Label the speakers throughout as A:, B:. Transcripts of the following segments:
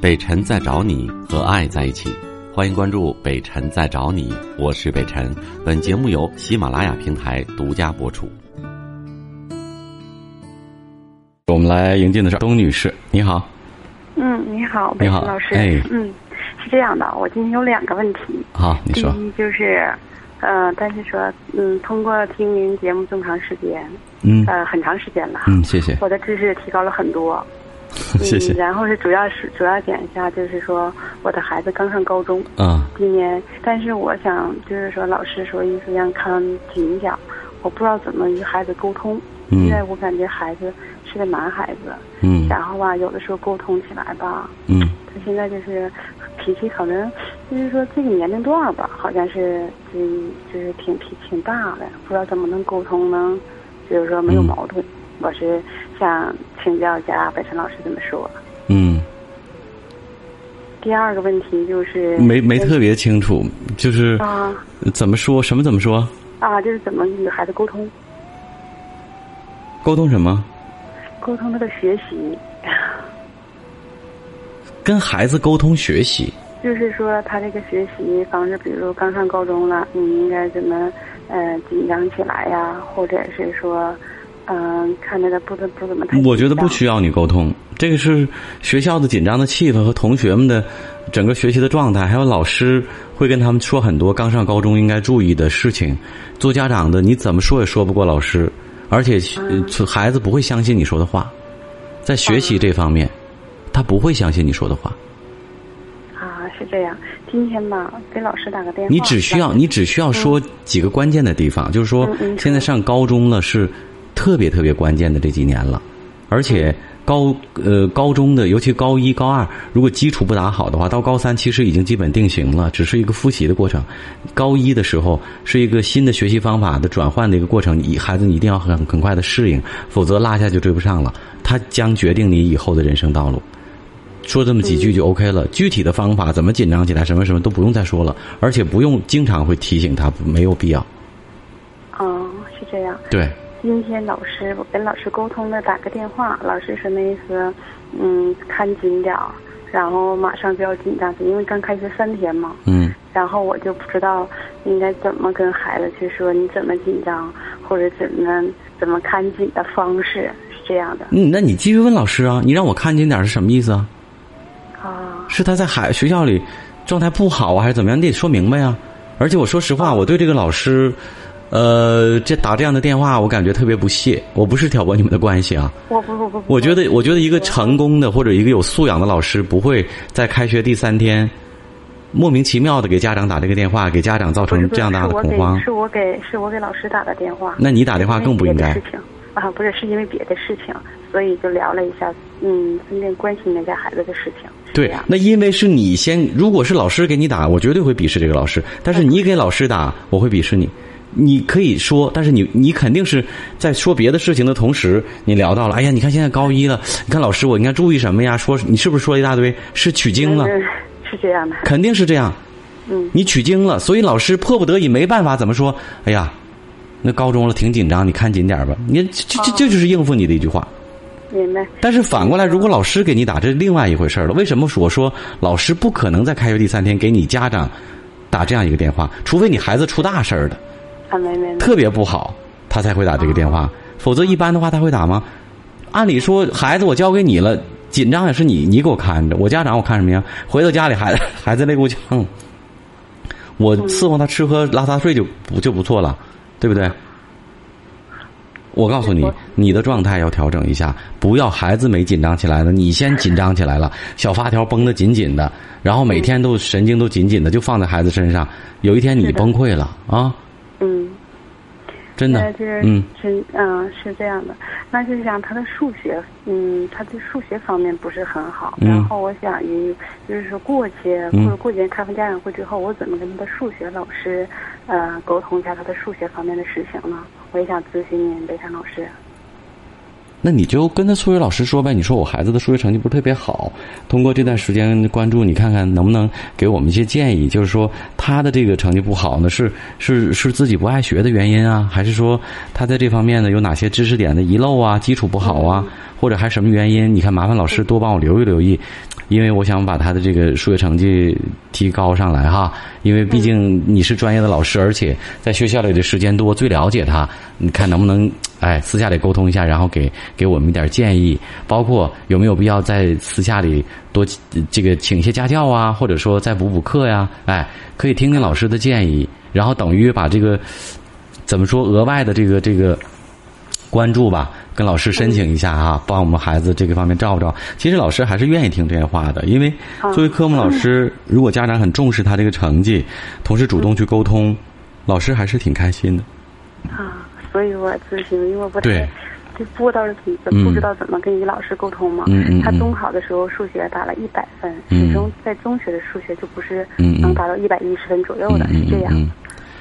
A: 北辰在找你和爱在一起，欢迎关注北辰在找你，我是北辰。本节目由喜马拉雅平台独家播出。我们来迎进的是东女士，你好，
B: 嗯，你好，北
A: 你
B: 辰
A: 好
B: 老师。
A: 哎
B: 嗯，是这样的，我今天有两个问题。
A: 好，啊你
B: 第
A: 说，
B: 一就是，呃，但是说，嗯，通过听您节目这么长时间，
A: 嗯
B: 呃，很长时间了，
A: 嗯，谢谢，
B: 我的知识提高了很多。
A: 谢谢
B: 嗯。然后是主要是主要讲一下，就是说我的孩子刚上高中，
A: 啊，
B: 今年，但是我想就是说老师说意思让看停一下，我不知道怎么与孩子沟通，
A: 嗯
B: 因为我感觉孩子是个男孩子，
A: 嗯
B: 然后啊吧，有的时候沟通起来吧，
A: 嗯
B: 他现在就是脾气可能就是说这个年龄段儿吧，好像是嗯就是挺脾挺大的，不知道怎么能沟通呢？就是说没有
A: 嗯
B: 矛盾，我是想请教一下北辰老师怎么说。
A: 嗯，
B: 第二个问题就是
A: 没没特别清楚，就是
B: 啊
A: 怎么说什么怎么说，
B: 啊，就是怎么与孩子沟通，
A: 沟通什么？
B: 沟通他的学习，
A: 跟孩子沟通学习，
B: 就是说他这个学习方式，比如刚上高中了，你应该怎么呃紧张起来呀，或者是说嗯、看着他不怎不怎么太
A: 我觉得
B: 紧张
A: 不需要你沟通，这个是学校的紧张的气氛和同学们的整个学习的状态，还有老师会跟他们说很多刚上高中应该注意的事情。做家长的，你怎么说也说不过老师，而且
B: 嗯
A: 呃孩子不会相信你说的话，在学习这方面，他不会相信你说的话。
B: 啊，是这样。今天吧，给老师打个电话。
A: 你只需要
B: 然后
A: 你只需要说几个关键的地方，就是说
B: 嗯嗯
A: 现在上高中了是特别特别关键的这几年了，而且高呃高中的尤其高一高二，如果基础不打好的话，到高三其实已经基本定型了，只是一个复习的过程。高一的时候是一个新的学习方法的转换的一个过程，你孩子你一定要很很快的适应，否则落下就追不上了，它将决定你以后的人生道路。说这么几句就 OK 了。具体的方法怎么紧张起来，什么什么都不用再说了，而且不用经常会提醒他，不没有必要。
B: 嗯，是这样。
A: 对，
B: 今天老师，我跟老师沟通了，打个电话，老师说那意思，嗯，看紧点儿，然后马上就要紧张，因为刚开学三天嘛。
A: 嗯
B: 然后我就不知道应该怎么跟孩子去说你怎么紧张，或者怎么怎么看紧的方式是这样的
A: 嗯，那你继续问老师啊，你让我看见点儿是什么意思啊？
B: 啊。
A: 是他在海学校里状态不好啊，还是怎么样？你得说明白呀、而且我说实话，我对这个老师，呃，这打这样的电话，我感觉特别不屑。我不是挑拨你们的关系啊，
B: 我不不不不，
A: 我觉得，我觉得一个成功的或者一个有素养的老师，不会在开学第三天莫名其妙的给家长打这个电话，给家长造
B: 不是
A: 成这
B: 不是
A: 样大的
B: 是我
A: 恐
B: 给
A: 慌。
B: 是我给是我给老师打的电话。
A: 那你打电话更不应该
B: 因为别的事情啊，不是是因为别的事情，所以就聊了一下，嗯，顺便关心了一下孩子的事情。是这
A: 对
B: 样，
A: 那因为是你先，如果是老师给你打，我绝对会鄙视这个老师；但是你给老师打，我会鄙视你。你可以说，但是你你肯定是在说别的事情的同时，你聊到了，哎呀，你看现在高一了，你看老师我应该注意什么呀？说你是不是说了一大堆？是取经了，
B: 嗯是这样的，
A: 肯定是这样。
B: 嗯，
A: 你取经了，所以老师迫不得已没办法，怎么说？哎呀，那高中了挺紧张，你看紧点儿吧。你这这这就是应付你的一句话。
B: 明白。
A: 但是反过来，如果老师给你打，这是另外一回事儿了。为什么我说老师不可能在开学第三天给你家长打这样一个电话？除非你孩子出大事儿了，
B: 啊，没没没，
A: 特别不好，他才会打这个电话。否则一般的话，他会打吗？按理说，孩子我交给你了，紧张也是你，你给我看着。我家长我看什么呀？回到家里，孩子 孩子累够呛，我伺候他吃喝拉撒睡就不就不错了，对不对？我告诉你
B: 我，
A: 你的状态要调整一下，不要孩子没紧张起来了，你先紧张起来了，小发条绷得紧紧的，然后
B: 嗯
A: 每天都神经都紧紧的，就放在孩子身上，有一天你
B: 是的
A: 崩溃了啊！
B: 嗯，
A: 真的
B: 那就是，
A: 嗯，
B: 是嗯是这样的，那就是讲他的数学，嗯，他对数学方面不是很好，
A: 嗯
B: 然后我想于就是说过节
A: 嗯
B: 或者过节开完家长会之后，我怎么跟他的数学老师，呃，沟通一下他的数学方面的事情呢？我也想咨询您，北山老师。
A: 那你就跟他数学老师说呗，你说我孩子的数学成绩不是特别好，通过这段时间关注，你看看能不能给我们一些建议，就是说他的这个成绩不好呢，是是是自己不爱学的原因啊，还是说他在这方面呢有哪些知识点的遗漏啊，基础不好啊，或者还什么原因？你看，麻烦老师多帮我留意留意，因为我想把他的这个数学成绩提高上来哈，因为毕竟你是专业的老师，而且在学校里的时间多，最了解他。你看能不能哎私下里沟通一下，然后给给我们一点建议，包括有没有必要在私下里多这个请一些家教啊，或者说再补补课呀、哎，可以听听老师的建议，然后等于把这个怎么说额外的这个这个关注吧，跟老师申请一下
B: 嗯
A: 啊，帮我们孩子这个方面照顾照。其实老师还是愿意听这些话的，因为作为科目老 师，如果家长很重视他这个成绩，同时主动去沟
B: 嗯
A: 通，老师还是挺开心的。
B: 啊，所以我咨询，因为我不
A: 对
B: 太，就不知道是怎
A: 嗯
B: 么不知道怎么跟一个老师沟通嘛。
A: 嗯嗯
B: 他
A: 嗯
B: 中考的时候数学打了一百分，
A: 嗯
B: 始终在中学的数学就不是
A: 嗯嗯
B: 能达到一百一十分左右
A: 嗯
B: 的，
A: 嗯
B: 是这
A: 嗯
B: 样、
A: 嗯。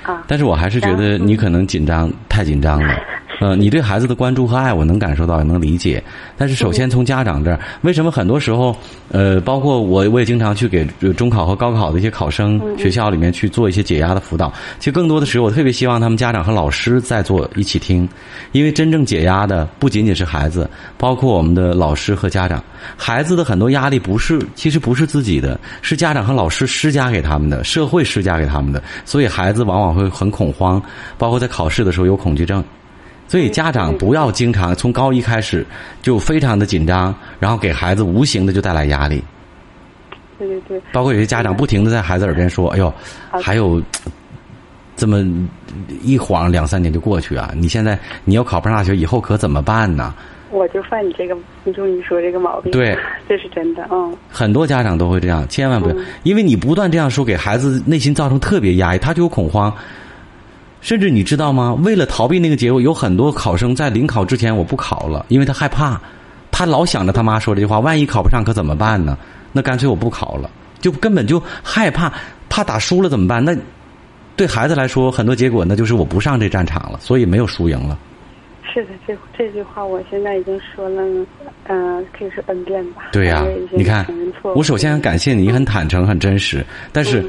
B: 啊。
A: 但是我还是觉得你可能紧张，太紧张了。呃，你对孩子的关注和爱，我能感受到，也能理解。但是首先从家长这儿，为什么很多时候，呃，包括我，我也经常去给呃中考和高考的一些考生学校里面去做一些解压的辅导。其实更多的时候，我特别希望他们家长和老师在做一起听，因为真正解压的不仅仅是孩子，包括我们的老师和家长。孩子的很多压力不是，其实不是自己的，是家长和老师施加给他们的，社会施加给他们的，所以孩子往往会很恐慌，包括在考试的时候有恐惧症。所以家长不要经常从高一开始就非常的紧张，然后给孩子无形的就带来压力。
B: 对对对，
A: 包括有些家长不停的在孩子耳边说：“哎呦，还有这么一晃两三年就过去啊！你现在你要考不上大学，以后可怎么办呢
B: 我就犯你这个，你就你说这个毛？”病。，
A: 对，
B: 这是真的，嗯。
A: 很多家长都会这样，千万不要
B: 嗯，
A: 因为你不断这样说，给孩子内心造成特别压抑，他就有恐慌。甚至你知道吗？为了逃避那个结果，有很多考生在临考之前我不考了，因为他害怕，他老想着他妈说这句话，万一考不上可怎么办呢？那干脆我不考了，就根本就害怕，怕打输了怎么办？那对孩子来说，很多结果那就是我不上这战场了，所以没有输赢了。
B: 是的，这这句话我现在已经说了，嗯、可以说 n 遍吧。
A: 对呀、
B: 我也已经
A: 你看
B: 承认错，误
A: 我首先感谢你，很坦诚，很真实。但是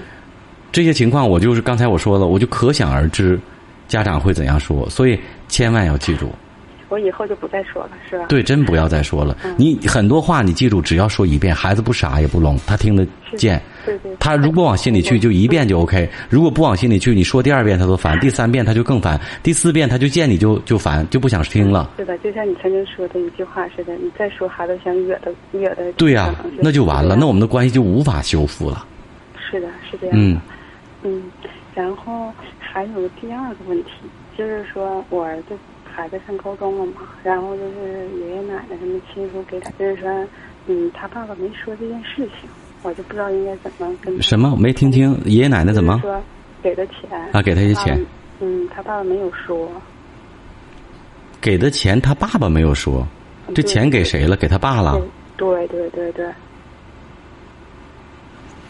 A: 这些情况，我就是刚才我说了，我就可想而知，家长会怎样说。所以千万要记住，
B: 我以后就不再说了，是吧？
A: 对，真不要再说了。你很多话你记住，只要说一遍，孩子不傻也不聋，他听得
B: 是，
A: 见。
B: 对对，
A: 他如果往心里去，就一遍就 OK；如果不往心里去，你说第二遍他都烦，第三遍他就更烦，第四遍他就见你就就烦，就不想听了。
B: 是的，就像你曾经说的一句话似的，你再说孩子想惹的惹的，
A: 对呀、
B: 可能
A: 那就完了，那我
B: 们
A: 们的关系就无法修复了。
B: 是的，是这样的
A: 嗯
B: 嗯，然后还有第二个问题，就是说我儿子孩子上高中了嘛，然后就是爷爷奶奶他们亲属给他，就是说，嗯，他爸爸没说这件事情，我就不知道应该怎么跟他
A: 什么？我没听清？爷爷奶奶怎么？
B: 就是说给的钱
A: 啊，给他一些钱，。
B: 嗯，他爸爸没有说，
A: 给的钱他爸爸没有说，这
B: 对
A: 钱给谁了？给他爸了，
B: 对对对对，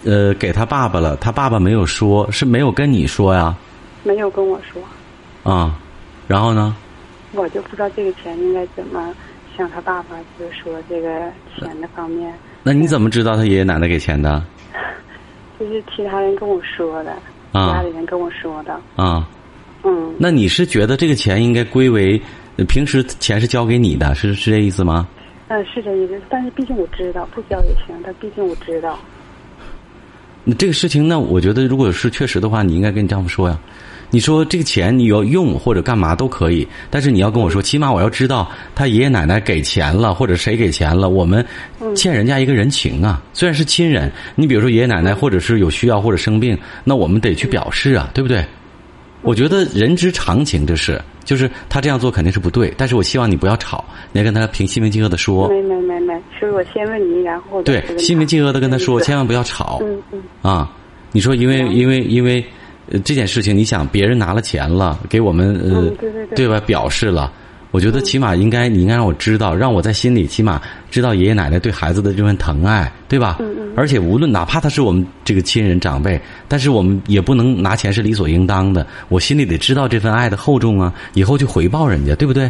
A: 呃，给他爸爸了，他爸爸没有说，是没有跟你说呀，
B: 没有跟我说，
A: 啊，然后呢？
B: 我就不知道这个钱应该怎么向他爸爸，就是说这个钱的方面，
A: 那你怎么知道他爷爷奶奶给钱的？
B: 就是其他人跟我说的，
A: 啊
B: 家里人跟我说的，
A: 啊，
B: 嗯，
A: 那你是觉得这个钱应该归为，呃平时钱是交给你的，是是这意思吗？
B: 嗯，是这意思，但是毕竟我知道不交也行，但毕竟我知道，
A: 那这个事情，那我觉得如果是确实的话，你应该跟你丈夫说呀。你说这个钱你要用或者干嘛都可以，但是你要跟我说，起码我要知道他爷爷奶奶给钱了，或者谁给钱了，我们欠人家一个人情啊。虽然是亲人，你比如说爷爷奶奶，或者是有需要或者生病，那我们得去表示啊，对不对？我觉得人之常情，这是就是他这样做肯定是不对，但是我希望你不要吵，你要跟他平心平气和的说，
B: 没没没没，所以我先问你，然后
A: 哦
B: 我再
A: 对
B: 去问，他
A: 心平气和的跟他说，
B: 对
A: 千万不要吵。
B: 嗯嗯，
A: 啊，你说因为因为因为呃这件事情，你想别人拿了钱了，给我们呃、
B: 嗯对对对嗯
A: 吧表示了，我觉得起码应该你应该让我知道，让我在心里起码知道爷爷奶奶对孩子的这份疼爱，对吧？
B: 嗯嗯
A: 而且无论哪怕他是我们这个亲人长辈，但是我们也不能拿钱是理所应当的，我心里得知道这份爱的厚重啊，以后去回报人家，对不对？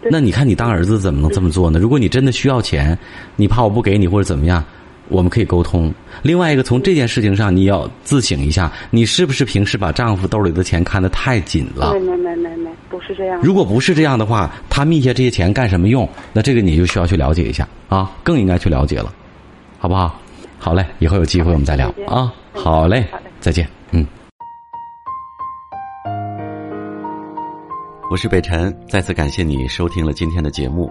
B: 对
A: 那你看，你当儿子怎么能这么做呢？如果你真的需要钱，你怕我不给你或者怎么样，我们可以沟通。另外一个，从这件事情上，你要自省一下，你是不是平时把丈夫兜里的钱看得太紧了
B: 没？没没没没，不是这样的，
A: 如果不是这样的话，他密下这些钱干什么用？那这个你就需要去了解一下啊，更应该去了解了，好不好？好嘞，以后有机会我们再聊
B: 好的再见
A: 啊。
B: 嗯
A: 好嘞
B: 好的，
A: 再见。嗯，我是北辰，再次感谢你收听了今天的节目，